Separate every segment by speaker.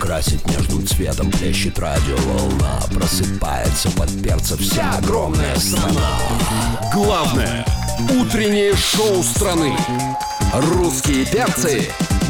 Speaker 1: красить между цветом Плещет радиоволна Просыпается под перца вся огромная страна Главное Утреннее шоу страны Русские перцы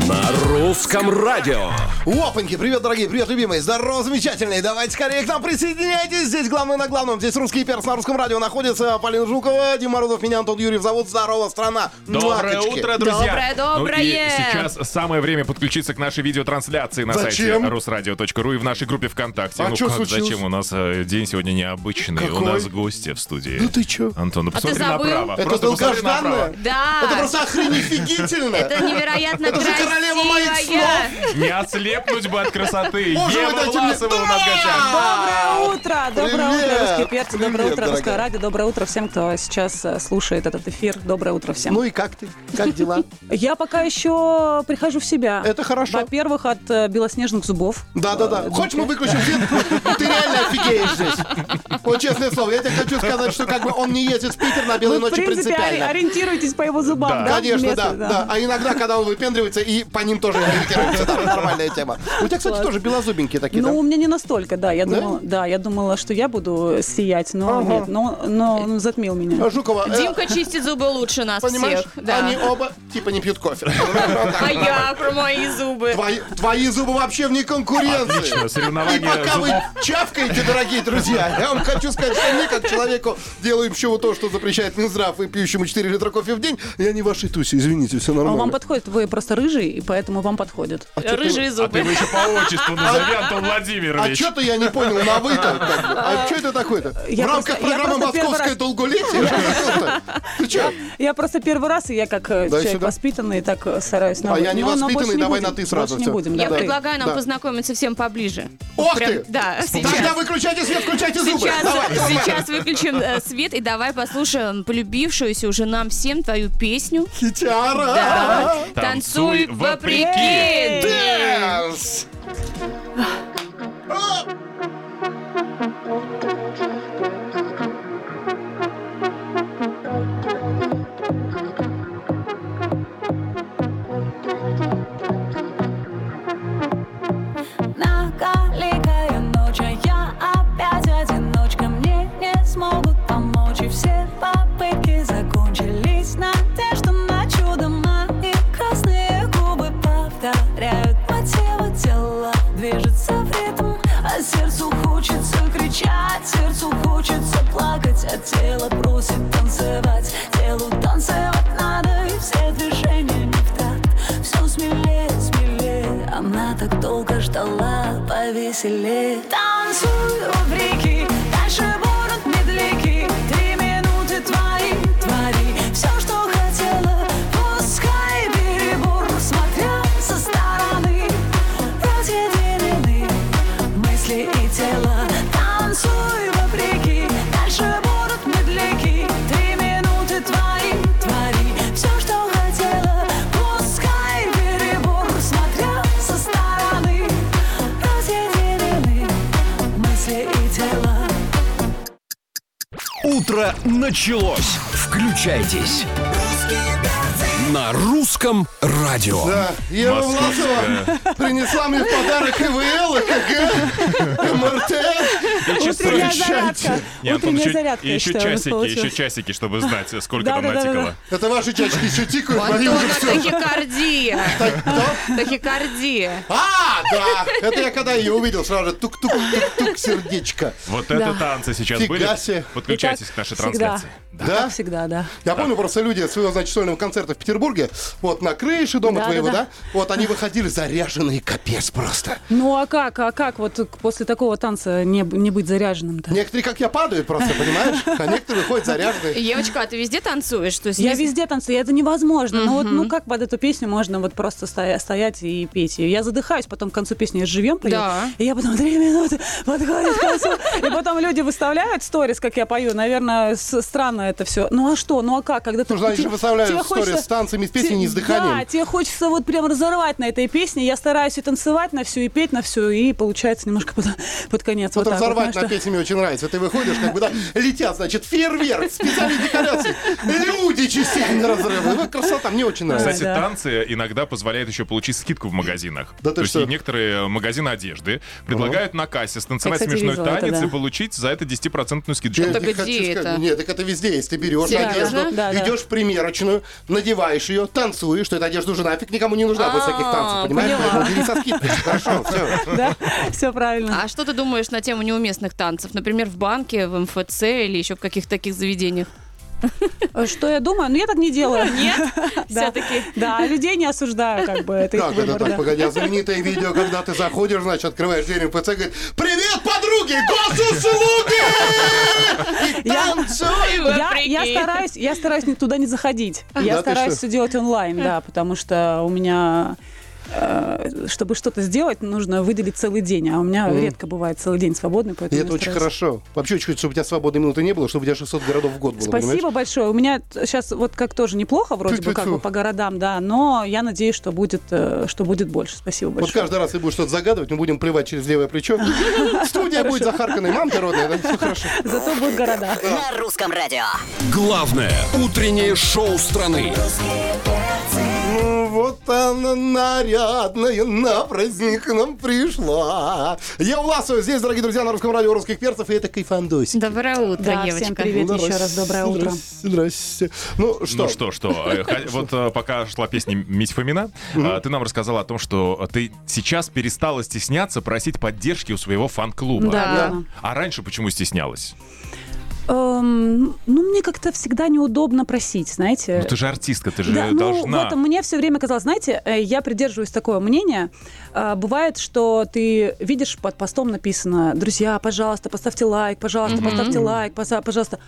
Speaker 1: на русском радио.
Speaker 2: Опаньки, привет, дорогие, привет, любимые, здорово, замечательные, давайте скорее к нам присоединяйтесь, здесь главное на главном, здесь русский перс на русском радио находится, Полина Жукова, Дима Морозов, меня Антон Юрьев зовут, здорово, страна, Ну,
Speaker 3: Доброе
Speaker 2: Муакочки.
Speaker 3: утро, друзья!
Speaker 4: Доброе,
Speaker 3: Ну и
Speaker 4: доброе!
Speaker 3: сейчас самое время подключиться к нашей видеотрансляции на
Speaker 2: Зачем?
Speaker 3: сайте русрадио.ру и в нашей группе ВКонтакте.
Speaker 2: А
Speaker 3: ну
Speaker 2: чё
Speaker 3: как,
Speaker 2: случилось?
Speaker 3: зачем? У нас э, день сегодня необычный. У
Speaker 2: Какой?
Speaker 3: нас гости в студии.
Speaker 2: Ну ты чё?
Speaker 3: Антон, ну
Speaker 5: А
Speaker 4: ты
Speaker 3: посмотри
Speaker 4: забыл?
Speaker 3: направо.
Speaker 2: Это
Speaker 3: Просто посмотри
Speaker 2: долгожданное?
Speaker 3: направо.
Speaker 4: Да.
Speaker 2: Это просто охренефигительно.
Speaker 4: Это невероятно
Speaker 2: Это же королева моих
Speaker 4: красивая.
Speaker 3: Не ослепнуть бы от красоты.
Speaker 2: Боже
Speaker 3: Ева
Speaker 2: мой, дайте мне-
Speaker 3: Власова у нас в гостях.
Speaker 5: Доброе утро! Доброе
Speaker 2: А, Привет!
Speaker 5: утро, русские перцы! Доброе
Speaker 2: Привет,
Speaker 5: утро,
Speaker 2: дорогая.
Speaker 5: русское радио! Доброе утро всем, кто сейчас э, слушает этот эфир. Доброе утро всем!
Speaker 2: Ну и как ты? Как дела?
Speaker 5: Я пока еще прихожу в себя.
Speaker 2: Это хорошо.
Speaker 5: Во-первых, от э, белоснежных зубов.
Speaker 2: Да-да-да.
Speaker 5: Э,
Speaker 2: Хочешь,
Speaker 5: Дмитрий?
Speaker 2: мы выключим свет? Ты реально офигеешь здесь. Вот честное слово, я тебе хочу сказать, что как бы он не ездит в Питер на белой
Speaker 5: Ну, в
Speaker 2: ночи
Speaker 5: принципе, ори-
Speaker 2: принципиально.
Speaker 5: ориентируйтесь по его зубам, да? Ну,
Speaker 2: Конечно,
Speaker 5: вместо-
Speaker 2: да, да. А иногда, когда он выпендривается, и по ним тоже ориентируется. Да, нормальная тема. У тебя, кстати,
Speaker 5: Класс.
Speaker 2: тоже белозубенькие такие,
Speaker 5: Ну,
Speaker 2: да?
Speaker 5: у меня не настолько, да. Я
Speaker 2: Да?
Speaker 5: думала, да, я думала, что я буду сиять, но
Speaker 2: Ага.
Speaker 5: нет, но, но он затмил меня.
Speaker 2: А Жукова, э,
Speaker 4: Димка чистит зубы лучше нас
Speaker 2: понимаешь,
Speaker 4: всех. Да.
Speaker 2: они оба типа не пьют кофе. Вот так.
Speaker 4: А я про мои зубы.
Speaker 2: Твои, твои зубы вообще вне конкуренции.
Speaker 3: Отлично,
Speaker 2: И
Speaker 3: соревнование
Speaker 2: пока вы
Speaker 3: зубов.
Speaker 2: чавкаете, дорогие друзья, я вам хочу сказать, что мне, как человеку, делающему то, что запрещает Минздрав, и пьющему 4 литра кофе в день, я не вашей тусе, извините, все
Speaker 5: А
Speaker 2: нормально.
Speaker 5: вам подходит, вы просто рыжий, и поэтому вам подходит.
Speaker 4: Рыжие
Speaker 3: А ты его
Speaker 4: зубы.
Speaker 3: еще по отчеству назови, Антон
Speaker 2: а
Speaker 3: Владимирович.
Speaker 2: что-то я не понял, на вы там как бы. А что это такое-то?
Speaker 5: Я
Speaker 2: в рамках
Speaker 5: просто- я
Speaker 2: программы
Speaker 5: просто первый
Speaker 2: «Московское
Speaker 5: раз-
Speaker 2: долголетие»? Что такое-то? Ты чё?
Speaker 5: Я просто первый раз, и я как э,
Speaker 2: Дай
Speaker 5: человек
Speaker 2: сюда.
Speaker 5: воспитанный, так э, стараюсь на
Speaker 2: А
Speaker 5: «вы».
Speaker 2: я не
Speaker 5: Но- но
Speaker 2: воспитанный,
Speaker 5: больше не
Speaker 2: давай
Speaker 5: будем,
Speaker 2: на «ты» сразу
Speaker 5: больше
Speaker 2: всё.
Speaker 5: не будем,
Speaker 4: Я
Speaker 5: да.
Speaker 4: предлагаю нам
Speaker 2: да.
Speaker 4: познакомиться всем поближе.
Speaker 2: Ох
Speaker 4: Прям-
Speaker 2: ты!
Speaker 4: Да, сейчас.
Speaker 2: Тогда выключайте свет, включайте зубы.
Speaker 4: Сейчас,
Speaker 2: Давай, давай.
Speaker 4: сейчас выключим э, свет и давай послушаем полюбившуюся уже нам всем твою песню.
Speaker 2: Хитяра!
Speaker 4: Да.
Speaker 3: Танцуй
Speaker 4: Танцуй
Speaker 3: вопреки.
Speaker 4: вопреки.
Speaker 2: Dance!
Speaker 6: Многоликая ночь, а я опять одиночка Мне не смогут помочь И все попытки закончились Надежда на чудо мои красные губы повторяют Мотивы тела движется в ритм А сердцу хочется кричать, сердцу хочется плакать А тело просит танцевать, телу танцевать надо И все движения не в такт, все смелее, смелее Она так долго ждала повеселее Танцуй в реки, дальше будут медляки Три минуты твои, твори все, что хотела Пускай перебор, смотря со стороны Разъединены мысли и тело Танцуй вопреки, дальше будут медляки Три минуты твои, твори все, что хотела Пускай перебор, смотря со стороны Разъединены мысли и тела
Speaker 1: Утро началось. Включайтесь. На русском радио.
Speaker 2: Да, Ева Власова принесла мне в подарок ИВЛ, КГ, МРТ.
Speaker 3: И часы.
Speaker 5: Утренняя
Speaker 2: Прощайте.
Speaker 5: зарядка.
Speaker 3: Не, Антон,
Speaker 5: Утренняя
Speaker 3: еще-
Speaker 5: зарядка.
Speaker 3: и еще
Speaker 5: считаю, у нас
Speaker 3: часики,
Speaker 5: получилось.
Speaker 3: еще часики, чтобы знать, э, сколько там
Speaker 5: Да-да-да-да-да.
Speaker 3: натикало.
Speaker 2: Это ваши чашки еще тикают, они
Speaker 4: Антона
Speaker 2: уже все.
Speaker 4: тахикардия. Тахикардия.
Speaker 2: А, да, это я когда ее увидел, сразу же тук-тук-тук-тук, сердечко.
Speaker 3: Вот это
Speaker 5: Да.
Speaker 3: танцы сейчас
Speaker 2: Фига
Speaker 3: были.
Speaker 2: себе.
Speaker 3: Подключайтесь к нашей
Speaker 5: всегда.
Speaker 3: трансляции.
Speaker 2: Да?
Speaker 5: Как всегда, да.
Speaker 2: Я помню просто люди своего, значит, сольного концерта в Петербурге, вот на крыше дома
Speaker 5: Да,
Speaker 2: твоего,
Speaker 5: да, да.
Speaker 2: да, вот они выходили заряженные, капец просто.
Speaker 5: Ну а как, а как вот к- после такого танца не, б- не быть заряженным-то?
Speaker 2: Некоторые, как я, падают просто, понимаешь? А некоторые выходят заряженные.
Speaker 4: Евочка, а ты везде танцуешь? То есть
Speaker 5: Я
Speaker 4: не-
Speaker 5: везде танцую, это невозможно. Но вот, ну как под эту песню можно вот просто стоя- стоять и петь ее? Я задыхаюсь, потом к концу песни живем пою,
Speaker 4: Да.
Speaker 5: и я потом три минуты подходит к концу, и потом люди выставляют сторис, как я пою. Наверное, с- странно это все. Ну а что, ну а как, когда ты...
Speaker 2: Слушай, они
Speaker 5: те-
Speaker 2: же выставляют
Speaker 5: тебе
Speaker 2: сторис
Speaker 5: хочется-
Speaker 2: с танцами, с песней,
Speaker 5: те-
Speaker 2: не с дыханием.
Speaker 5: Да, тебе хочется вот прям разорвать на этой песне. Я стараюсь и танцевать на всю, и петь на всю, и получается немножко под, под конец.
Speaker 2: Вот
Speaker 5: так
Speaker 2: разорвать танцевать Ну, на
Speaker 5: что-
Speaker 2: песне мне очень нравится. Ты выходишь, как бы, да, летят, значит, фейерверк, специальные декорации, люди частично разрывы. Ну, красота, мне очень нравится.
Speaker 3: Кстати,
Speaker 5: да.
Speaker 3: танцы иногда позволяют еще получить скидку в магазинах.
Speaker 2: Да ты
Speaker 3: То есть
Speaker 2: что?
Speaker 3: некоторые магазины одежды предлагают на кассе станцевать
Speaker 5: Я, кстати,
Speaker 3: смешной
Speaker 5: видела это,
Speaker 3: танец
Speaker 5: да. Э,
Speaker 3: и получить за это 10%
Speaker 2: Я
Speaker 3: скидочку. Ну,
Speaker 2: не
Speaker 4: Так где
Speaker 2: хочу сказать-
Speaker 4: это?
Speaker 2: Нет, так это везде есть. Ты берешь
Speaker 4: Серьезно?
Speaker 2: одежду,
Speaker 5: Да, да.
Speaker 2: идешь в примерочную, надеваешь ее, танцуешь, что эта одежда уже нафиг никому не нужна после таких танцев, понимаешь? Поэтому бери со скидкой. Хорошо, все.
Speaker 5: Да, все правильно.
Speaker 4: А что ты думаешь на тему неуместных танцев? Например, в банке, в МФЦ или еще в каких таких заведениях?
Speaker 5: Что я думаю? Ну, я так не делаю.
Speaker 4: А? Нет,
Speaker 5: Да.
Speaker 4: все-таки.
Speaker 5: Да, а людей не осуждаю, как бы. Это их
Speaker 2: Как это
Speaker 5: выбор,
Speaker 2: так?
Speaker 5: да.
Speaker 2: Погоди, а знаменитое видео, когда ты заходишь, значит, открываешь дверь МПЦ, говорит, привет, подруги, госуслуги! И
Speaker 5: Я-
Speaker 2: танцуй!
Speaker 5: Я, я стараюсь, я стараюсь ни- туда не заходить. Я
Speaker 2: Да, ты
Speaker 5: стараюсь
Speaker 2: что?
Speaker 5: все делать онлайн, да, потому что у меня э, чтобы что-то сделать, нужно выделить целый день, а у меня редко бывает целый день свободный,
Speaker 2: И
Speaker 5: поэтому
Speaker 2: это
Speaker 5: я
Speaker 2: очень
Speaker 5: стараюсь.
Speaker 2: хорошо. Вообще очень хочется, чтобы у тебя свободной минуты не было, чтобы у тебя 600 городов в год было,
Speaker 5: Спасибо
Speaker 2: понимаешь?
Speaker 5: большое. У меня сейчас вот как тоже неплохо вроде бы как
Speaker 2: Тю-тю-тю.
Speaker 5: бы по городам, да, но я надеюсь, что будет, э, что будет больше. Спасибо
Speaker 2: Вот
Speaker 5: большое.
Speaker 2: каждый раз, если будешь что-то загадывать, мы будем плевать через левое плечо. Студия будет захарканной. Мам, ты родная, да? Все хорошо.
Speaker 5: Зато будут города.
Speaker 7: На русском радио.
Speaker 1: Главное утреннее шоу страны.
Speaker 2: Ну, Вот она нарядная на праздник к нам пришла. Я Власова здесь, дорогие друзья, на русском радио русских перцев, и это кайфандосик.
Speaker 4: Доброе утро,
Speaker 5: Да,
Speaker 4: девочка.
Speaker 5: всем привет
Speaker 2: Ну,
Speaker 5: еще раз, доброе утро.
Speaker 2: здрасте, Здрасте. Ну что,
Speaker 3: Ну что, что, э, ха- вот э, пока шла песня Мить Фомина, э, ты нам рассказала о том, что ты сейчас перестала стесняться просить поддержки у своего фан-клуба.
Speaker 4: Да.
Speaker 3: А раньше почему стеснялась?
Speaker 5: Эм, ну, мне как-то всегда неудобно просить, знаете.
Speaker 3: Ну ты же артистка, ты же
Speaker 5: Э, Да, ну,
Speaker 3: должна.
Speaker 5: вот мне все время казалось, знаете, э, я придерживаюсь такого мнения. Э, Бывает, что ты видишь, под постом написано, друзья, пожалуйста, поставьте лайк, пожалуйста, поставьте лайк, поза- пожалуйста.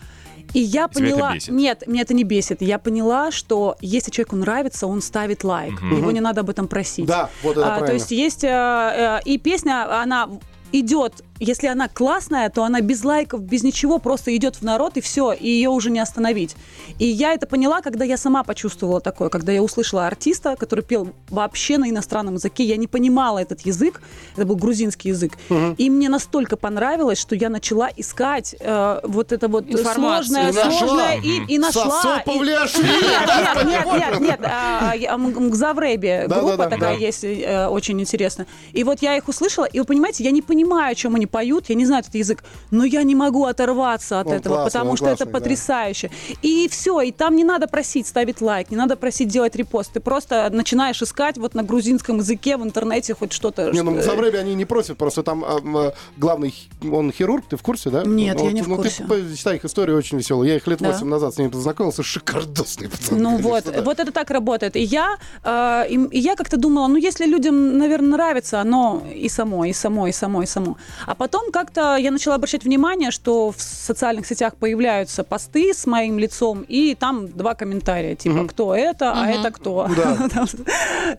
Speaker 5: И я
Speaker 3: Тебя это
Speaker 5: поняла...
Speaker 3: бесит?
Speaker 5: Нет, меня это не бесит. Я поняла, что если человеку нравится, он ставит лайк. Его не надо об этом просить.
Speaker 2: Да, вот это
Speaker 5: А, То
Speaker 2: правильно.
Speaker 5: есть есть... э, э, и песня, она идет, если она классная, то она без лайков, без ничего, просто идет в народ, и все, и ее уже не остановить. И я это поняла, когда я сама почувствовала такое, когда я услышала артиста, который пел вообще на иностранном языке, я не понимала этот язык, это был грузинский язык, и мне настолько понравилось, что я начала искать э, вот это вот
Speaker 4: Информацию.
Speaker 5: сложное,
Speaker 2: И нашла.
Speaker 5: сложное, и, и нашла.
Speaker 2: Сосо
Speaker 5: и-
Speaker 2: Павлиашвили, да,
Speaker 5: нет, нет, нет, нет. а, я- м- Мгзавреби
Speaker 2: Да,
Speaker 5: группа
Speaker 2: да, да.
Speaker 5: такая
Speaker 2: Да.
Speaker 5: есть, э, очень интересная. И вот я их услышала, и вы понимаете, я не понимаю, о чем они поют, я не знаю этот язык, но я не могу оторваться от
Speaker 2: Он
Speaker 5: этого,
Speaker 2: классный,
Speaker 5: потому
Speaker 2: он
Speaker 5: что это
Speaker 2: классный, да.
Speaker 5: потрясающе. И все, и там не надо просить ставить лайк, не надо просить делать репост, ты просто начинаешь искать вот на грузинском языке в интернете хоть что-то.
Speaker 2: Не, ну
Speaker 5: что-
Speaker 2: Мзамреби они не просят, просто там а, м, а, главный, хи- он хирург, ты в курсе, да?
Speaker 5: Нет,
Speaker 2: Ну,
Speaker 5: я не
Speaker 2: ну,
Speaker 5: в
Speaker 2: ты
Speaker 5: курсе.
Speaker 2: по- читай их историю, очень веселая. Я их лет
Speaker 5: Да.
Speaker 2: 8 назад с ними познакомился, шикардосные пацаны.
Speaker 5: Ну
Speaker 2: конечно,
Speaker 5: вот,
Speaker 2: да.
Speaker 5: вот это так работает. И я, э, им- и я как-то думала, ну если людям, наверное, нравится, оно и само, и само, и само, и само. А потом как-то я начала обращать внимание, что в социальных сетях появляются посты с моим лицом, и там два комментария, типа, кто это, а это кто. Там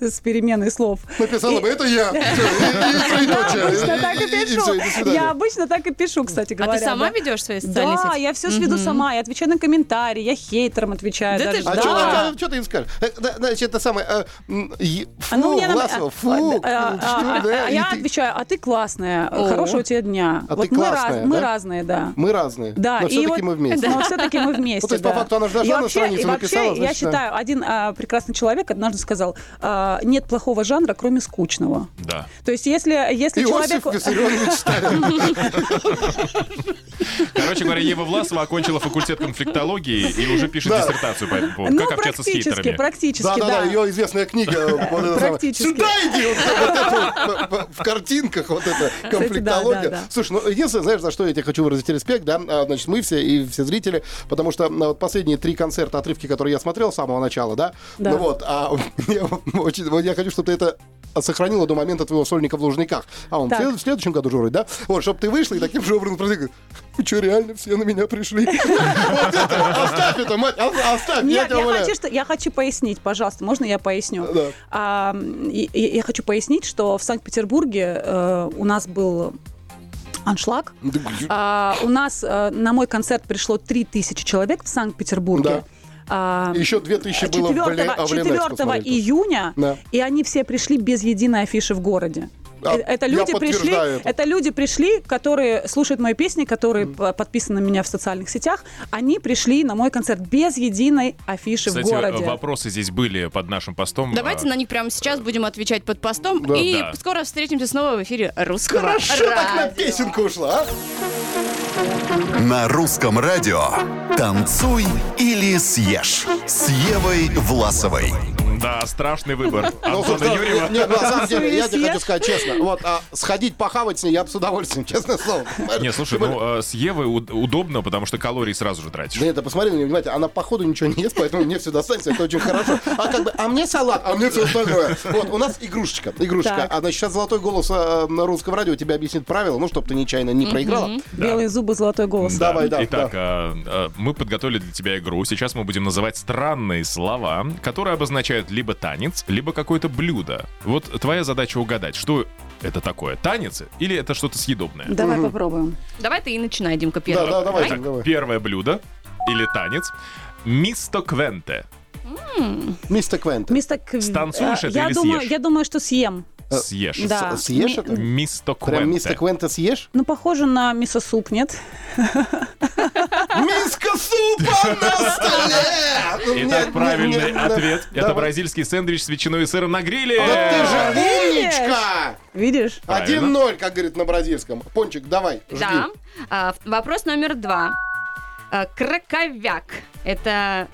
Speaker 5: С переменой слов.
Speaker 2: Написала бы, это я. Всё, и- и- и-
Speaker 5: Я
Speaker 2: точка.
Speaker 5: обычно так и
Speaker 2: И- и- и всё, и до
Speaker 5: пишу.
Speaker 2: свидания.
Speaker 5: Я обычно так и пишу, кстати
Speaker 4: А
Speaker 5: говоря.
Speaker 4: ты сама
Speaker 5: да.
Speaker 4: ведешь свои социальные
Speaker 5: Да,
Speaker 4: сети?
Speaker 5: я все сведу сама, я отвечаю на комментарии, я хейтерам отвечаю.
Speaker 4: Да
Speaker 5: даже.
Speaker 4: ты ж-
Speaker 2: А
Speaker 4: Да.
Speaker 2: что ты им скажешь? Э, да, Значит, это самое... э, м, и- Фу,
Speaker 5: А ну, мне надо-
Speaker 2: Власова,
Speaker 5: а,
Speaker 2: фу.
Speaker 5: а, а, а,
Speaker 2: чё, да,
Speaker 5: а
Speaker 2: и
Speaker 5: Я
Speaker 2: ты-
Speaker 5: отвечаю, а ты классная,
Speaker 4: О.
Speaker 5: хорошего тебе дня.
Speaker 2: А
Speaker 5: Вот
Speaker 2: ты
Speaker 5: мы раз-
Speaker 2: классная,
Speaker 5: Мы
Speaker 2: да?
Speaker 5: разные, да.
Speaker 2: Мы разные,
Speaker 5: Да,
Speaker 2: но
Speaker 5: и
Speaker 2: все-таки
Speaker 5: вот-
Speaker 2: мы вместе.
Speaker 5: Но все-таки мы вместе.
Speaker 2: Ну, то есть, по
Speaker 5: да.
Speaker 2: факту, она ж зашла
Speaker 5: И
Speaker 2: на
Speaker 5: вообще-
Speaker 2: страницу,
Speaker 5: и вообще,
Speaker 2: написала,
Speaker 5: Я
Speaker 2: значит, да.
Speaker 5: считаю, один а, прекрасный человек однажды сказал, а, нет плохого жанра, кроме скучного.
Speaker 3: Да.
Speaker 5: То есть, если, если
Speaker 2: Иосиф
Speaker 5: человек...
Speaker 2: Виссарионович Сталин.
Speaker 3: Короче говоря, Ева Власова окончила факультет конфликтологии и уже пишет
Speaker 2: Да.
Speaker 3: диссертацию по этому поводу.
Speaker 5: Ну,
Speaker 3: Как общаться с
Speaker 5: практически,
Speaker 3: хейтерами?
Speaker 5: практически,
Speaker 2: Да-да-да,
Speaker 5: да.
Speaker 2: ее известная книга. вот это самое.
Speaker 5: Практически.
Speaker 2: Сюда иди! вот это вот, вот, в картинках вот это
Speaker 5: да,
Speaker 2: конфликтология.
Speaker 5: да, да.
Speaker 2: Слушай, ну единственное, знаешь, за что я тебе хочу выразить респект, да, а, значит, мы все и все зрители, потому что ну, вот последние три концерта, отрывки, которые я смотрел с самого начала, да,
Speaker 5: Да.
Speaker 2: ну вот, а мне очень- вот я хочу, чтобы ты это сохранила до момента твоего сольника в Лужниках. А он в
Speaker 5: Так.
Speaker 2: след- в следующем году же вроде, да? Вот, чтобы ты вышла и таким же образом пришла, и говорит, вы что, реально все на меня пришли? Вот это, оставь это, мать, о- оставь, я
Speaker 5: Нет,
Speaker 2: тебя
Speaker 5: я
Speaker 2: умоляю.
Speaker 5: хочу, что, я хочу пояснить, пожалуйста, можно я поясню?
Speaker 2: Да.
Speaker 5: А, м, и- и- я хочу пояснить, что в Санкт-Петербурге э, у нас был аншлаг. А, у нас э, на мой концерт пришло 3000 человек в Санкт-Петербурге.
Speaker 2: Да.
Speaker 5: А,
Speaker 2: Еще 2000 было в
Speaker 5: 4,
Speaker 2: Бле- а, в Ленэкспо, смотри, тут.
Speaker 5: июня,
Speaker 2: Да.
Speaker 5: и они все пришли без единой афиши в городе.
Speaker 2: А,
Speaker 5: Э, это
Speaker 2: я
Speaker 5: люди пришли,
Speaker 2: подтверждаю
Speaker 5: это.
Speaker 2: это.
Speaker 5: люди пришли, которые слушают мои песни, которые п- подписаны на меня в социальных сетях. Они пришли на мой концерт без единой афиши
Speaker 3: Кстати,
Speaker 5: в городе.
Speaker 3: вопросы здесь были под нашим постом. А,
Speaker 4: Давайте на них прямо сейчас будем отвечать под постом.
Speaker 2: Да.
Speaker 4: и
Speaker 3: Да.
Speaker 4: скоро встретимся снова в эфире русского
Speaker 2: Хорошо так на
Speaker 4: радио.
Speaker 2: песенку ушла, а?
Speaker 7: На русском радио «Танцуй или съешь» с Евой Власовой.
Speaker 3: Да, страшный выбор.
Speaker 2: Ну,
Speaker 3: Антона
Speaker 2: собственно,
Speaker 3: Юрьева.
Speaker 2: Нет, на самом деле, я тебе
Speaker 5: Съест.
Speaker 2: хочу сказать честно. Вот, а сходить похавать с ней я бы с удовольствием, честное слово.
Speaker 3: Не, слушай, ну э, с Евой уд- удобно, потому что калории сразу же тратишь.
Speaker 2: Да это посмотри на нее внимательно, она походу ничего не ест, поэтому мне все достанется, это очень хорошо. А как бы, а мне салат, а мне все остальное. Вот, у нас игрушечка, игрушечка.
Speaker 5: Так.
Speaker 2: А значит, сейчас золотой голос э, на русском радио тебе объяснит правила, ну, чтобы ты нечаянно не проиграла.
Speaker 5: Белые зубы, золотой голос.
Speaker 2: Да. Давай,
Speaker 3: Итак, э, э, мы подготовили для тебя игру. Сейчас мы будем называть странные слова, которые обозначают либо танец, либо какое-то блюдо. Вот твоя задача угадать, что это такое, танец или это что-то съедобное.
Speaker 5: Давай попробуем.
Speaker 4: Давай ты и начинай, Димка,
Speaker 2: Да,
Speaker 4: первый.
Speaker 2: да, давай,
Speaker 3: Так,
Speaker 2: давай.
Speaker 3: первое блюдо или танец. Мисто Квенте.
Speaker 2: Мистер Квентин.
Speaker 5: Мистер Кв-
Speaker 3: Станцуешь
Speaker 5: э,
Speaker 3: это
Speaker 5: я
Speaker 3: или
Speaker 5: думаю,
Speaker 3: съешь?
Speaker 5: Я думаю, что съем.
Speaker 3: Съешь.
Speaker 5: Да.
Speaker 2: Съешь
Speaker 5: Ми-
Speaker 2: это?
Speaker 3: Мисто
Speaker 2: Э, Прям мистер
Speaker 3: Квенте.
Speaker 2: Квента съешь?
Speaker 5: Ну, похоже на мисосуп, нет?
Speaker 2: Миска супа на столе! Ну,
Speaker 3: Итак, правильный ответ. Это
Speaker 2: Давай.
Speaker 3: бразильский сэндвич с ветчиной и сыром на гриле.
Speaker 2: Да ты же умничка!
Speaker 5: Видишь?
Speaker 2: А, 1-0, как говорит на бразильском. Пончик, давай, жди.
Speaker 4: Да. А, в- вопрос номер два. А, Краковяк. Это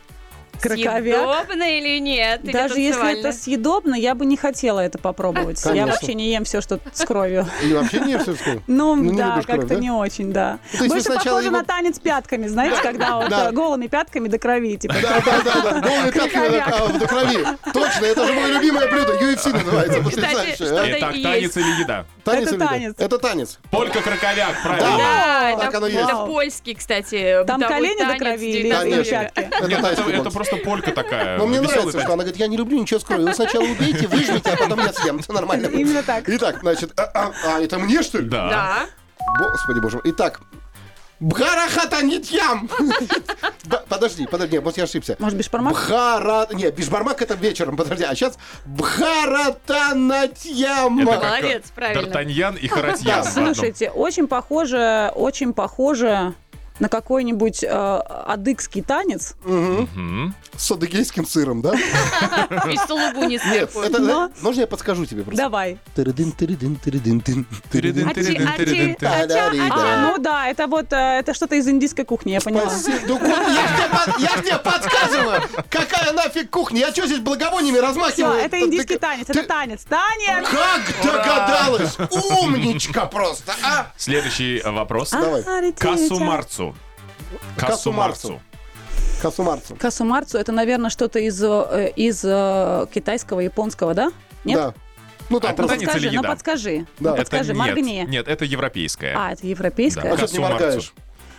Speaker 5: Краковяк?
Speaker 4: съедобно или нет? Или
Speaker 5: Даже если это
Speaker 4: танцевально?
Speaker 5: съедобно, я бы не хотела это попробовать.
Speaker 2: Конечно.
Speaker 5: Я вообще не ем все, что с кровью.
Speaker 2: Или вообще не ешь сырскую?
Speaker 5: Ну,
Speaker 2: Ну, не
Speaker 5: да,
Speaker 2: любишь кровь,
Speaker 5: как-то
Speaker 2: да? Ну,
Speaker 5: не очень, да.
Speaker 2: есть вы
Speaker 5: Больше
Speaker 2: сначала
Speaker 5: похоже
Speaker 2: его-
Speaker 5: на танец пятками, знаете, когда вот
Speaker 2: Да.
Speaker 5: э, голыми пятками до крови, типа.
Speaker 2: Да, да, да, да. Голые пятки
Speaker 5: Кровяк.
Speaker 2: а, в крови. Точно, это же мое любимое блюдо. UFC называется. Потрясающе.
Speaker 4: что-то
Speaker 2: а.
Speaker 3: Итак,
Speaker 4: есть.
Speaker 3: танец или еда?
Speaker 2: Танец
Speaker 5: Это
Speaker 2: или да?
Speaker 5: танец.
Speaker 2: Это танец.
Speaker 3: Полька Краковяк, правильно.
Speaker 4: Да, это,
Speaker 2: так оно и
Speaker 4: это
Speaker 5: есть.
Speaker 4: польский, кстати.
Speaker 5: Там
Speaker 4: бытовой
Speaker 5: колени до
Speaker 4: танец
Speaker 5: крови или-
Speaker 4: XIX
Speaker 5: или
Speaker 2: Конечно.
Speaker 4: века.
Speaker 5: пятки.
Speaker 2: Это
Speaker 3: Нет, это,
Speaker 2: тайский
Speaker 3: это
Speaker 2: танец.
Speaker 3: просто полька такая.
Speaker 2: Но мне
Speaker 3: веселый
Speaker 2: нравится,
Speaker 3: танец.
Speaker 2: что она говорит, я не люблю ничего с кровью. Вы сначала убейте, выжмите, а потом я съем. Все нормально.
Speaker 5: Именно так.
Speaker 2: Итак, значит, а, а, а, это мне, что ли?
Speaker 3: Да.
Speaker 4: Да.
Speaker 2: Господи боже мой. Итак, Бхарахатанитьям! Б- Подожди, подожди, нет, может я ошибся.
Speaker 5: Может, бешбармак?
Speaker 2: Бхара... Не, бишбармак это вечером, подожди. А сейчас Бхаратанатьям!
Speaker 3: Это как
Speaker 4: Молодец, правильно.
Speaker 3: Д'Артаньян и Харатьян. в одном.
Speaker 5: Слушайте, очень похоже, очень похоже на какой-нибудь э, адыгский танец.
Speaker 2: Ну, С адыгейским сыром, да?
Speaker 4: И сулугу не
Speaker 2: Нет,
Speaker 4: сверху.
Speaker 2: это...
Speaker 5: Но-
Speaker 2: Можно я подскажу тебе просто?
Speaker 5: Давай.
Speaker 2: Тырыдын, тырыдын, тырыдын, тын,
Speaker 3: Тырыдын,
Speaker 4: А
Speaker 2: тырыдын.
Speaker 4: ти-
Speaker 3: тырыдын,
Speaker 4: а ти-
Speaker 3: тырыдын, тырыдын.
Speaker 4: а тя- а тя-
Speaker 5: А, ну да, это вот э, это что-то из индийской кухни, я поняла.
Speaker 2: Спаси- Ну, кухня, я ж тебе под- я ж тебе подсказываю! Какая нафиг кухня? Я что здесь благовониями
Speaker 5: Все,
Speaker 2: размахиваю?
Speaker 5: это индийский танец, это
Speaker 2: Ты-
Speaker 5: танец. Танец!
Speaker 2: Как догадалась! Умничка просто, а!
Speaker 3: Следующий вопрос.
Speaker 5: А,
Speaker 2: Давай.
Speaker 3: Кассу Марцу. Кассу
Speaker 2: Кассу Марцу.
Speaker 3: Марцу.
Speaker 2: Косумарцу.
Speaker 5: Касумарцу это, наверное, что-то из, э, из э, китайского, японского, да? Нет?
Speaker 2: Да. Ну там
Speaker 3: Это
Speaker 2: просто...
Speaker 3: танец или
Speaker 5: Подскажи, ну
Speaker 3: еда?
Speaker 5: подскажи.
Speaker 2: Да.
Speaker 5: Ну
Speaker 2: Это
Speaker 5: подскажи,
Speaker 3: нет,
Speaker 5: моргни.
Speaker 3: Нет, это европейская.
Speaker 5: А, это
Speaker 3: Э, Да.
Speaker 5: европейская?
Speaker 2: А что ты не
Speaker 3: Косумарцу.
Speaker 2: моргаешь?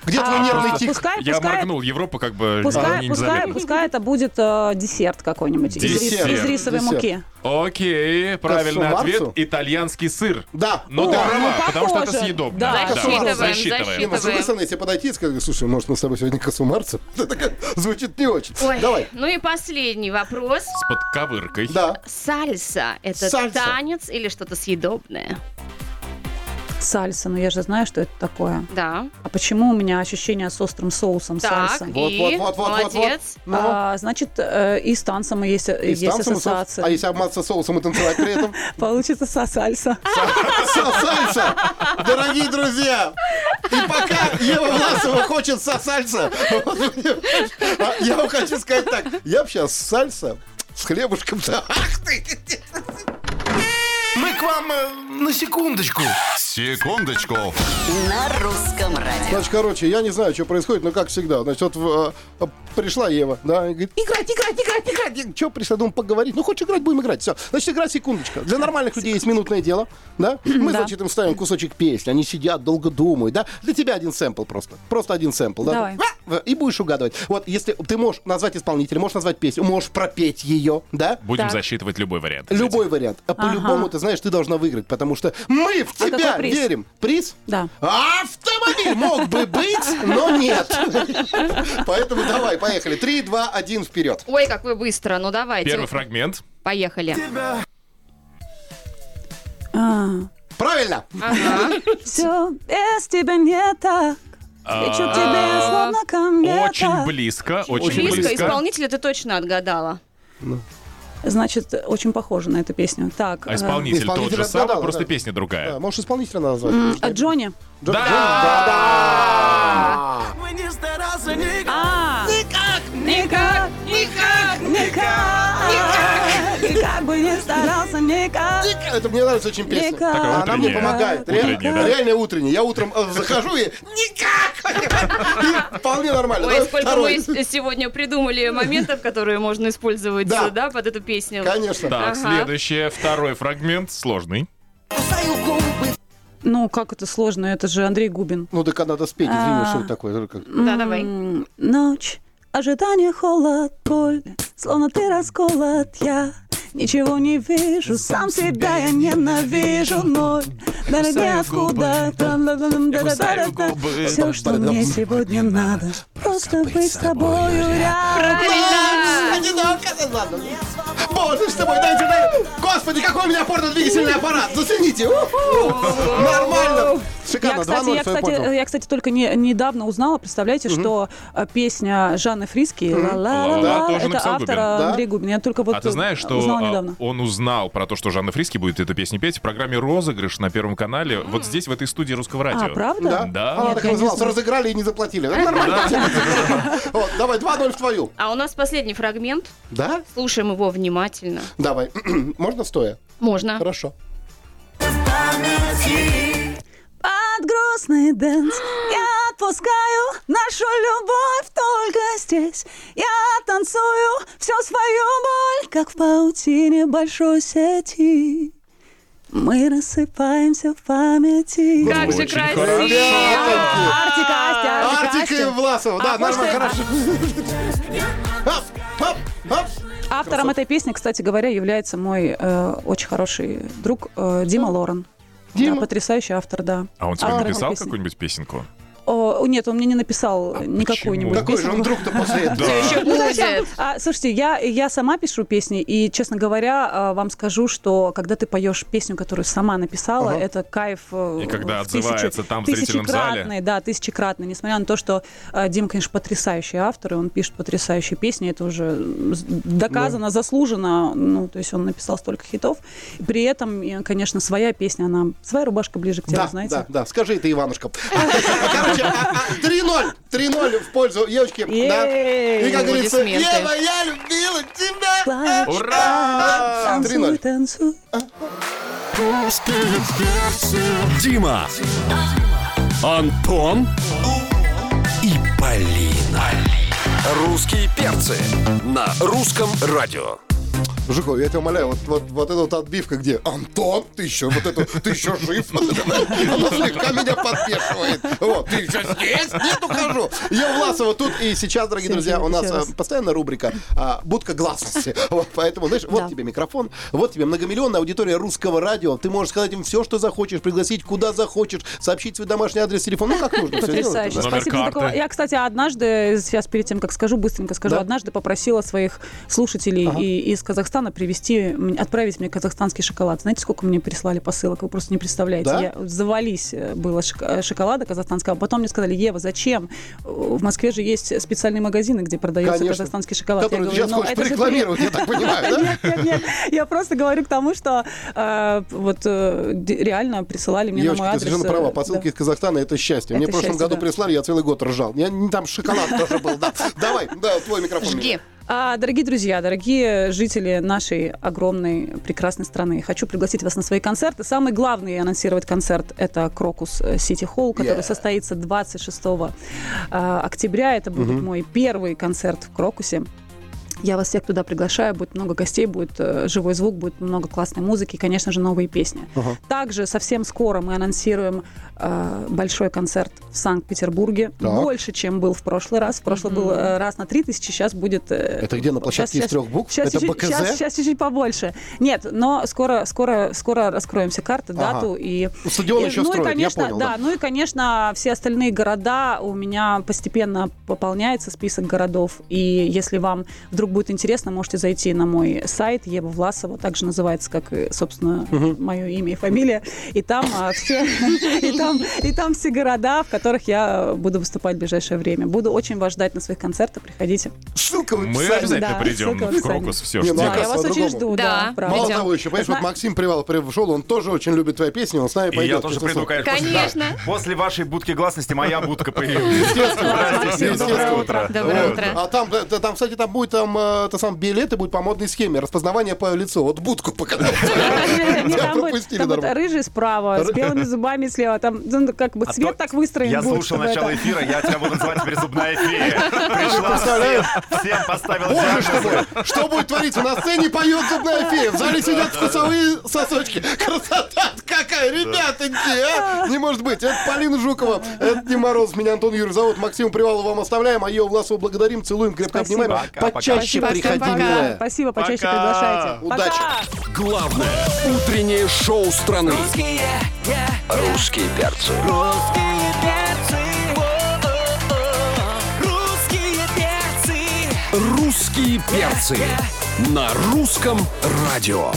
Speaker 2: Где твой
Speaker 5: А,
Speaker 2: нервный
Speaker 5: просто
Speaker 2: тик?
Speaker 5: Пускай,
Speaker 3: Я
Speaker 5: пускай,
Speaker 3: моргнул, Европа как бы
Speaker 5: пускай,
Speaker 3: не
Speaker 5: пускай,
Speaker 3: заметила.
Speaker 5: пускай это будет э, десерт какой-нибудь из рис-
Speaker 3: Десерт.
Speaker 5: из рисовой
Speaker 2: Десерт.
Speaker 5: муки.
Speaker 3: Окей, правильный
Speaker 2: Кассу
Speaker 3: ответ.
Speaker 2: Марцу?
Speaker 3: Итальянский сыр.
Speaker 2: Да.
Speaker 3: Но
Speaker 2: О,
Speaker 3: ты
Speaker 2: ну,
Speaker 3: права, потому что это
Speaker 5: похоже.
Speaker 3: съедобно.
Speaker 5: Да.
Speaker 4: Засчитываем,
Speaker 2: Не, ну, с другой
Speaker 4: Давай.
Speaker 2: стороны, если подойти и сказать, слушай, может, мы с тобой сегодня косумарцы? Это как- звучит не очень.
Speaker 4: Ой,
Speaker 2: Давай.
Speaker 4: Ну и последний вопрос.
Speaker 3: С подковыркой.
Speaker 2: Да.
Speaker 4: Сальса – это
Speaker 2: Сальса.
Speaker 4: танец или что-то съедобное?
Speaker 5: Сальса, ну я же знаю, что это такое.
Speaker 4: Да.
Speaker 5: А почему у меня ощущение с острым соусом
Speaker 4: Так,
Speaker 5: сальса?
Speaker 2: Вот,
Speaker 4: и
Speaker 2: вот, вот, вот, вот, вот.
Speaker 4: молодец.
Speaker 2: Ну,
Speaker 5: А, значит, э, и с танцем есть, э,
Speaker 2: и с
Speaker 5: есть
Speaker 2: танцем, и с-
Speaker 5: ассоциация.
Speaker 2: А если обмазаться соусом и танцевать при этом?
Speaker 5: Получится со сальса.
Speaker 2: Сосальца! Дорогие друзья! И пока Ева Власова хочет сосальца, а я вам хочу сказать так. Я бы сейчас сальса с хлебушком. да. Ах ты! Мы к вам э, на секундочку.
Speaker 7: Секундочку.
Speaker 8: На русском радио.
Speaker 2: Значит, короче, я не знаю, что происходит, но как всегда. Значит, вот в, э, пришла Ева, да, и говорит, играть, играть, играть, играть. Че пришла, думаю, поговорить. Ну, хочешь играть, будем играть. Все. Значит, игра секундочка. Для нормальных людей есть минутное дело, да? Мы,
Speaker 5: Да.
Speaker 2: значит, им ставим кусочек песни, они сидят, долго думают, да? Для тебя один сэмпл просто. Просто один сэмпл, да?
Speaker 5: Давай.
Speaker 2: А, И будешь угадывать. Вот, если ты можешь назвать исполнителя, можешь назвать песню, можешь пропеть ее, да?
Speaker 3: Будем
Speaker 5: Так.
Speaker 3: засчитывать любой вариант. кстати.
Speaker 2: Любой вариант. А по-любому, ты знаешь, ты должна выиграть, потому что мы в
Speaker 5: А
Speaker 2: тебя
Speaker 5: какой приз?
Speaker 2: верим. Приз?
Speaker 5: Да.
Speaker 2: Автомобиль мог бы быть, но нет. Поэтому давай, поехали. Три, два, один, вперед.
Speaker 4: Ой, как вы быстро, ну давайте.
Speaker 3: Первый фрагмент.
Speaker 4: Поехали.
Speaker 5: А,
Speaker 2: Правильно.
Speaker 5: Все без тебя не так. Лечу к тебе, словно ко мне
Speaker 3: А, Очень
Speaker 5: так.
Speaker 3: близко, очень
Speaker 4: Близко.
Speaker 3: близко.
Speaker 4: Исполнителя ты точно отгадала.
Speaker 5: Значит, очень похоже на эту песню. Так,
Speaker 3: А
Speaker 5: э,
Speaker 3: исполнитель тот
Speaker 2: Исполнитель
Speaker 3: же самый,
Speaker 2: отгадал,
Speaker 3: просто
Speaker 2: да.
Speaker 3: песня
Speaker 2: Да,
Speaker 3: другая.
Speaker 2: Можешь исполнителя назвать?
Speaker 5: а, Джонни.
Speaker 2: Джо-
Speaker 3: Да!
Speaker 2: Джонни, да, да.
Speaker 5: А, никак, никак, никак, никак, никак бы не старался, никак,
Speaker 2: Это мне нравится очень песня.
Speaker 5: никак.
Speaker 3: Такая
Speaker 2: Она мне
Speaker 3: Утренняя.
Speaker 2: помогает. Реально,
Speaker 3: Утренняя, да?
Speaker 2: реально утренняя. Я утром э, захожу и никак! И вполне нормально.
Speaker 4: Ой,
Speaker 2: Давай
Speaker 4: сколько
Speaker 2: второй.
Speaker 4: мы с- сегодня придумали моментов, которые можно использовать,
Speaker 2: Да.
Speaker 4: да, под эту песню.
Speaker 2: Конечно.
Speaker 3: Так,
Speaker 4: Ага.
Speaker 3: следующее, второй фрагмент, сложный.
Speaker 5: Ну, как это сложно, это же Андрей Губин.
Speaker 2: Ну так надо спеть,
Speaker 4: А.
Speaker 2: извини, что это такое. Как-
Speaker 4: Да, давай.
Speaker 5: М, Ночь, ожидание, холод, боль, словно ты расколот, я ничего не вижу, сам себя я ненавижу, ноль, да да откуда, все, что мне сегодня надо, просто быть с тобою рядом.
Speaker 2: Ладно, одиноко, ладно. Боже, с тобой, дайте мне... Господи, какой у меня порно-двигательный аппарат! Зацените! У-ху! Нормально!
Speaker 5: Я,
Speaker 2: Шикарно, 2-0
Speaker 5: кстати, я,
Speaker 2: своё поднял.
Speaker 5: кстати, я, кстати, только не- недавно узнала, представляете, что э, песня Жанны Фриски
Speaker 3: Да,
Speaker 5: «Ла-ла-ла-ла»
Speaker 3: тоже
Speaker 5: это
Speaker 3: написал
Speaker 5: автор
Speaker 3: Губин.
Speaker 5: э,
Speaker 2: Да?
Speaker 5: Андрей Губин. Я только вот
Speaker 3: А ты знаешь,
Speaker 5: э,
Speaker 3: что
Speaker 5: узнала
Speaker 3: а,
Speaker 5: недавно.
Speaker 3: он узнал про то, что Жанна Фриски будет эту песню петь в программе «Розыгрыш» на Первом канале, вот здесь, в этой студии Русского радио.
Speaker 5: А, правда?
Speaker 2: Да?
Speaker 3: Да.
Speaker 2: Она
Speaker 3: Нет,
Speaker 2: так
Speaker 5: я не
Speaker 2: называлась.
Speaker 5: знаю.
Speaker 2: Разыграли и не заплатили. Да, Нормально. Вот, Давай, 2-0 в твою.
Speaker 4: А у нас последний фрагмент.
Speaker 2: Да?
Speaker 4: Слушаем его внимательно.
Speaker 2: Давай. Можно стоя?
Speaker 4: Можно.
Speaker 2: Хорошо.
Speaker 5: Под грустный дэнс я отпускаю нашу любовь только здесь. Я танцую всю свою боль, как в паутине большой сети. Мы рассыпаемся в памяти.
Speaker 4: Как же
Speaker 3: Очень
Speaker 4: красиво!
Speaker 5: Артика, Астя, Артика,
Speaker 2: Артика и
Speaker 5: Астя.
Speaker 2: Власова. Да,
Speaker 5: А, может,
Speaker 2: нормально,
Speaker 5: это-
Speaker 2: хорошо. Оп, оп, оп.
Speaker 5: Автором этой песни, кстати говоря, является мой э, очень хороший друг э, Дима Лорен.
Speaker 2: Дима.
Speaker 5: Да, потрясающий автор, да.
Speaker 3: А он тебе
Speaker 5: Автор этой
Speaker 3: написал
Speaker 5: песни.
Speaker 3: какую-нибудь А песенку?
Speaker 5: О, нет, он мне не написал никакую-нибудь
Speaker 2: Какой же
Speaker 5: песенку.
Speaker 2: он друг-то после этого?
Speaker 4: Еще
Speaker 5: Ну, зачем?
Speaker 4: будет.
Speaker 5: А, слушайте, я, я сама пишу песни, и, честно говоря, а, вам скажу, что когда ты поешь песню, которую сама написала,
Speaker 2: Ага.
Speaker 5: это кайф. э,
Speaker 3: И когда
Speaker 5: в тысячу-
Speaker 3: отзывается там, в зрительном зале.
Speaker 5: тысячекратный, Да, тысячекратный. Несмотря на то, что э, Дим, конечно, потрясающий автор, и он пишет потрясающие песни, это уже м, с- доказано, заслуженно. Ну, то есть он написал столько хитов. При этом, э, конечно, своя песня, она своя рубашка ближе к тебе,
Speaker 2: Да,
Speaker 5: знаете.
Speaker 2: да, да, скажи это, Иванушка. Короче, а, а, 3-0, 3-0 в пользу девочки. да.
Speaker 5: Ей,
Speaker 2: И как говорится,
Speaker 4: аплодисменты.
Speaker 2: Ева, я любила тебя.
Speaker 5: Плачь,
Speaker 2: Ура!
Speaker 5: танцуй,
Speaker 2: 3-0.
Speaker 5: танцуй.
Speaker 1: Дима. Антон. И Полина. Русские перцы на русском радио.
Speaker 2: Жуков, я тебя умоляю, вот, вот, вот эта вот отбивка, где Антон, ты еще, вот это, ты еще жив, она слегка меня подпешивает. Вот, ты еще здесь? Нет, ухожу. Я Власова тут и сейчас, дорогие
Speaker 5: Всем
Speaker 2: друзья, у
Speaker 5: привет
Speaker 2: нас
Speaker 5: еще раз.
Speaker 2: э, постоянно рубрика а, «Будка гласности». Вот, поэтому, знаешь, вот
Speaker 5: Да.
Speaker 2: тебе микрофон, вот тебе многомиллионная аудитория русского радио. Ты можешь сказать им все, что захочешь, пригласить куда захочешь, сообщить свой домашний адрес, телефон, ну как нужно. всё
Speaker 5: Потрясающе.
Speaker 2: делается,
Speaker 3: Номер
Speaker 5: Спасибо за
Speaker 3: карты.
Speaker 5: такого. Я, кстати, однажды, сейчас перед тем, как скажу, быстренько скажу,
Speaker 2: Да.
Speaker 5: однажды попросила своих слушателей и- из Казахстана привезти, м, отправить мне казахстанский шоколад. Знаете, сколько мне прислали посылок? Вы просто не представляете.
Speaker 2: Да?
Speaker 5: Я завались э, было шок- э, шоколада казахстанского. Потом мне сказали, Ева, зачем? Э, В Москве же есть специальные магазины, где продается
Speaker 2: Конечно.
Speaker 5: казахстанский
Speaker 2: да.
Speaker 5: шоколад.
Speaker 2: Который ты сейчас
Speaker 5: «Ну,
Speaker 2: хочешь
Speaker 5: это же
Speaker 2: порекламировать, я так понимаю, да?
Speaker 5: нет, нет, нет. Я просто говорю к тому, что э, вот э, д- реально присылали мне
Speaker 2: Девочки,
Speaker 5: на мой
Speaker 2: ты
Speaker 5: адрес.
Speaker 2: совершенно
Speaker 5: э,
Speaker 2: права.
Speaker 5: да.
Speaker 2: Посылки из Казахстана это счастье. Мне
Speaker 5: Это
Speaker 2: в прошлом
Speaker 5: счастье,
Speaker 2: году
Speaker 5: да.
Speaker 2: прислали, я целый год ржал. Я не там шоколад тоже был, да. Давай, да, твой микрофон.
Speaker 4: Жги.
Speaker 5: А, дорогие друзья, дорогие жители нашей огромной прекрасной страны, хочу пригласить вас на свои концерты. Самый главный анонсировать концерт – это Крокус э, Сити Холл, который
Speaker 2: Yeah.
Speaker 5: состоится 26 а, октября. Это будет мой первый концерт в Крокусе. Я вас всех туда приглашаю, будет много гостей, будет э, живой звук, будет много классной музыки и, конечно же, новые песни. Также совсем скоро мы анонсируем э, большой концерт в Санкт-Петербурге.
Speaker 2: Так.
Speaker 5: Больше, чем был в прошлый раз. В прошлый был э, раз на 3000, сейчас будет... э,
Speaker 2: Это где, на площадке из трех букв? Это БКЗ?
Speaker 5: Сейчас, чуть-чуть побольше. Нет, но скоро, скоро, скоро раскроемся карты,
Speaker 2: Ага.
Speaker 5: дату и...
Speaker 2: Ну, стадион
Speaker 5: и-
Speaker 2: еще
Speaker 5: ну, и,
Speaker 2: строят, я
Speaker 5: конечно,
Speaker 2: понял, да.
Speaker 5: Да, ну и, конечно, все остальные города у меня постепенно пополняется список городов. И если вам вдруг будет интересно, можете зайти на мой сайт Ева Власова, также называется, как, и, собственно, мое имя и фамилия. И там а, все, и там, и там все города, в которых я буду выступать в ближайшее время. Буду очень вас ждать на своих концертах, приходите.
Speaker 2: Ссылка в
Speaker 3: Мы
Speaker 2: описании.
Speaker 3: обязательно
Speaker 5: Да,
Speaker 3: придем
Speaker 5: ссылка в
Speaker 3: в Крокус, все
Speaker 5: описании.
Speaker 2: Не, ну,
Speaker 3: ждем.
Speaker 5: Да, я
Speaker 2: Раз
Speaker 5: вас очень
Speaker 2: по-другому.
Speaker 5: жду, да,
Speaker 4: Да.
Speaker 5: правда.
Speaker 2: Мало
Speaker 4: Придём.
Speaker 2: того, еще, понимаешь,
Speaker 5: Зна-
Speaker 2: вот Максим Привал пришел, он тоже очень любит твои песни, он с нами
Speaker 9: И
Speaker 2: пойдет.
Speaker 9: я тоже
Speaker 2: честное слово.
Speaker 9: приду, конечно. после-
Speaker 4: Конечно.
Speaker 9: да. После вашей будки гласности моя будка появилась. Здравствуйте,
Speaker 2: Максим,
Speaker 9: доброе
Speaker 2: доброе
Speaker 9: утро.
Speaker 4: Доброе
Speaker 2: Вот.
Speaker 4: утро.
Speaker 2: А там, да, да, там, кстати, там будет там, э, это сам билеты будет по модной схеме, распознавание по лицу. Вот будку показал.
Speaker 5: Не,
Speaker 2: Тебя
Speaker 5: Там будет
Speaker 2: пропустили
Speaker 5: там будет
Speaker 2: нормально.
Speaker 5: рыжий справа, с белыми зубами слева. Там ну, как бы
Speaker 9: А
Speaker 5: цвет
Speaker 9: то
Speaker 5: так выстроен
Speaker 9: Я
Speaker 5: будет,
Speaker 9: слушал
Speaker 5: чтобы
Speaker 9: начало
Speaker 5: это-
Speaker 9: эфира, я тебя буду называть теперь зубная фея. Пришла
Speaker 2: представляешь?
Speaker 9: всем, всем поставила
Speaker 2: Боже
Speaker 9: диагноз.
Speaker 2: что будет? Что будет твориться? На сцене поет зубная фея, в зале сидят вкусовые сосочки. Красота какая, ребята, а? Не может быть. Это Полина Жукова, это Дим Мороз, меня Антон Юрьев зовут, Максима Привалова вам оставляем, а ее Власову благодарим, целуем, крепко
Speaker 5: Спасибо.
Speaker 2: обнимаем.
Speaker 9: Пока, пока.
Speaker 2: Почаще
Speaker 4: Спасибо,
Speaker 2: приходи,
Speaker 4: всем пока.
Speaker 2: милая.
Speaker 5: Спасибо, почаще
Speaker 9: Пока.
Speaker 5: приглашайте. Пока.
Speaker 2: Удачи.
Speaker 1: Главное утреннее шоу страны. Русские перцы.
Speaker 6: Русские перцы, русские перцы.
Speaker 1: Русские перцы. На русском радио.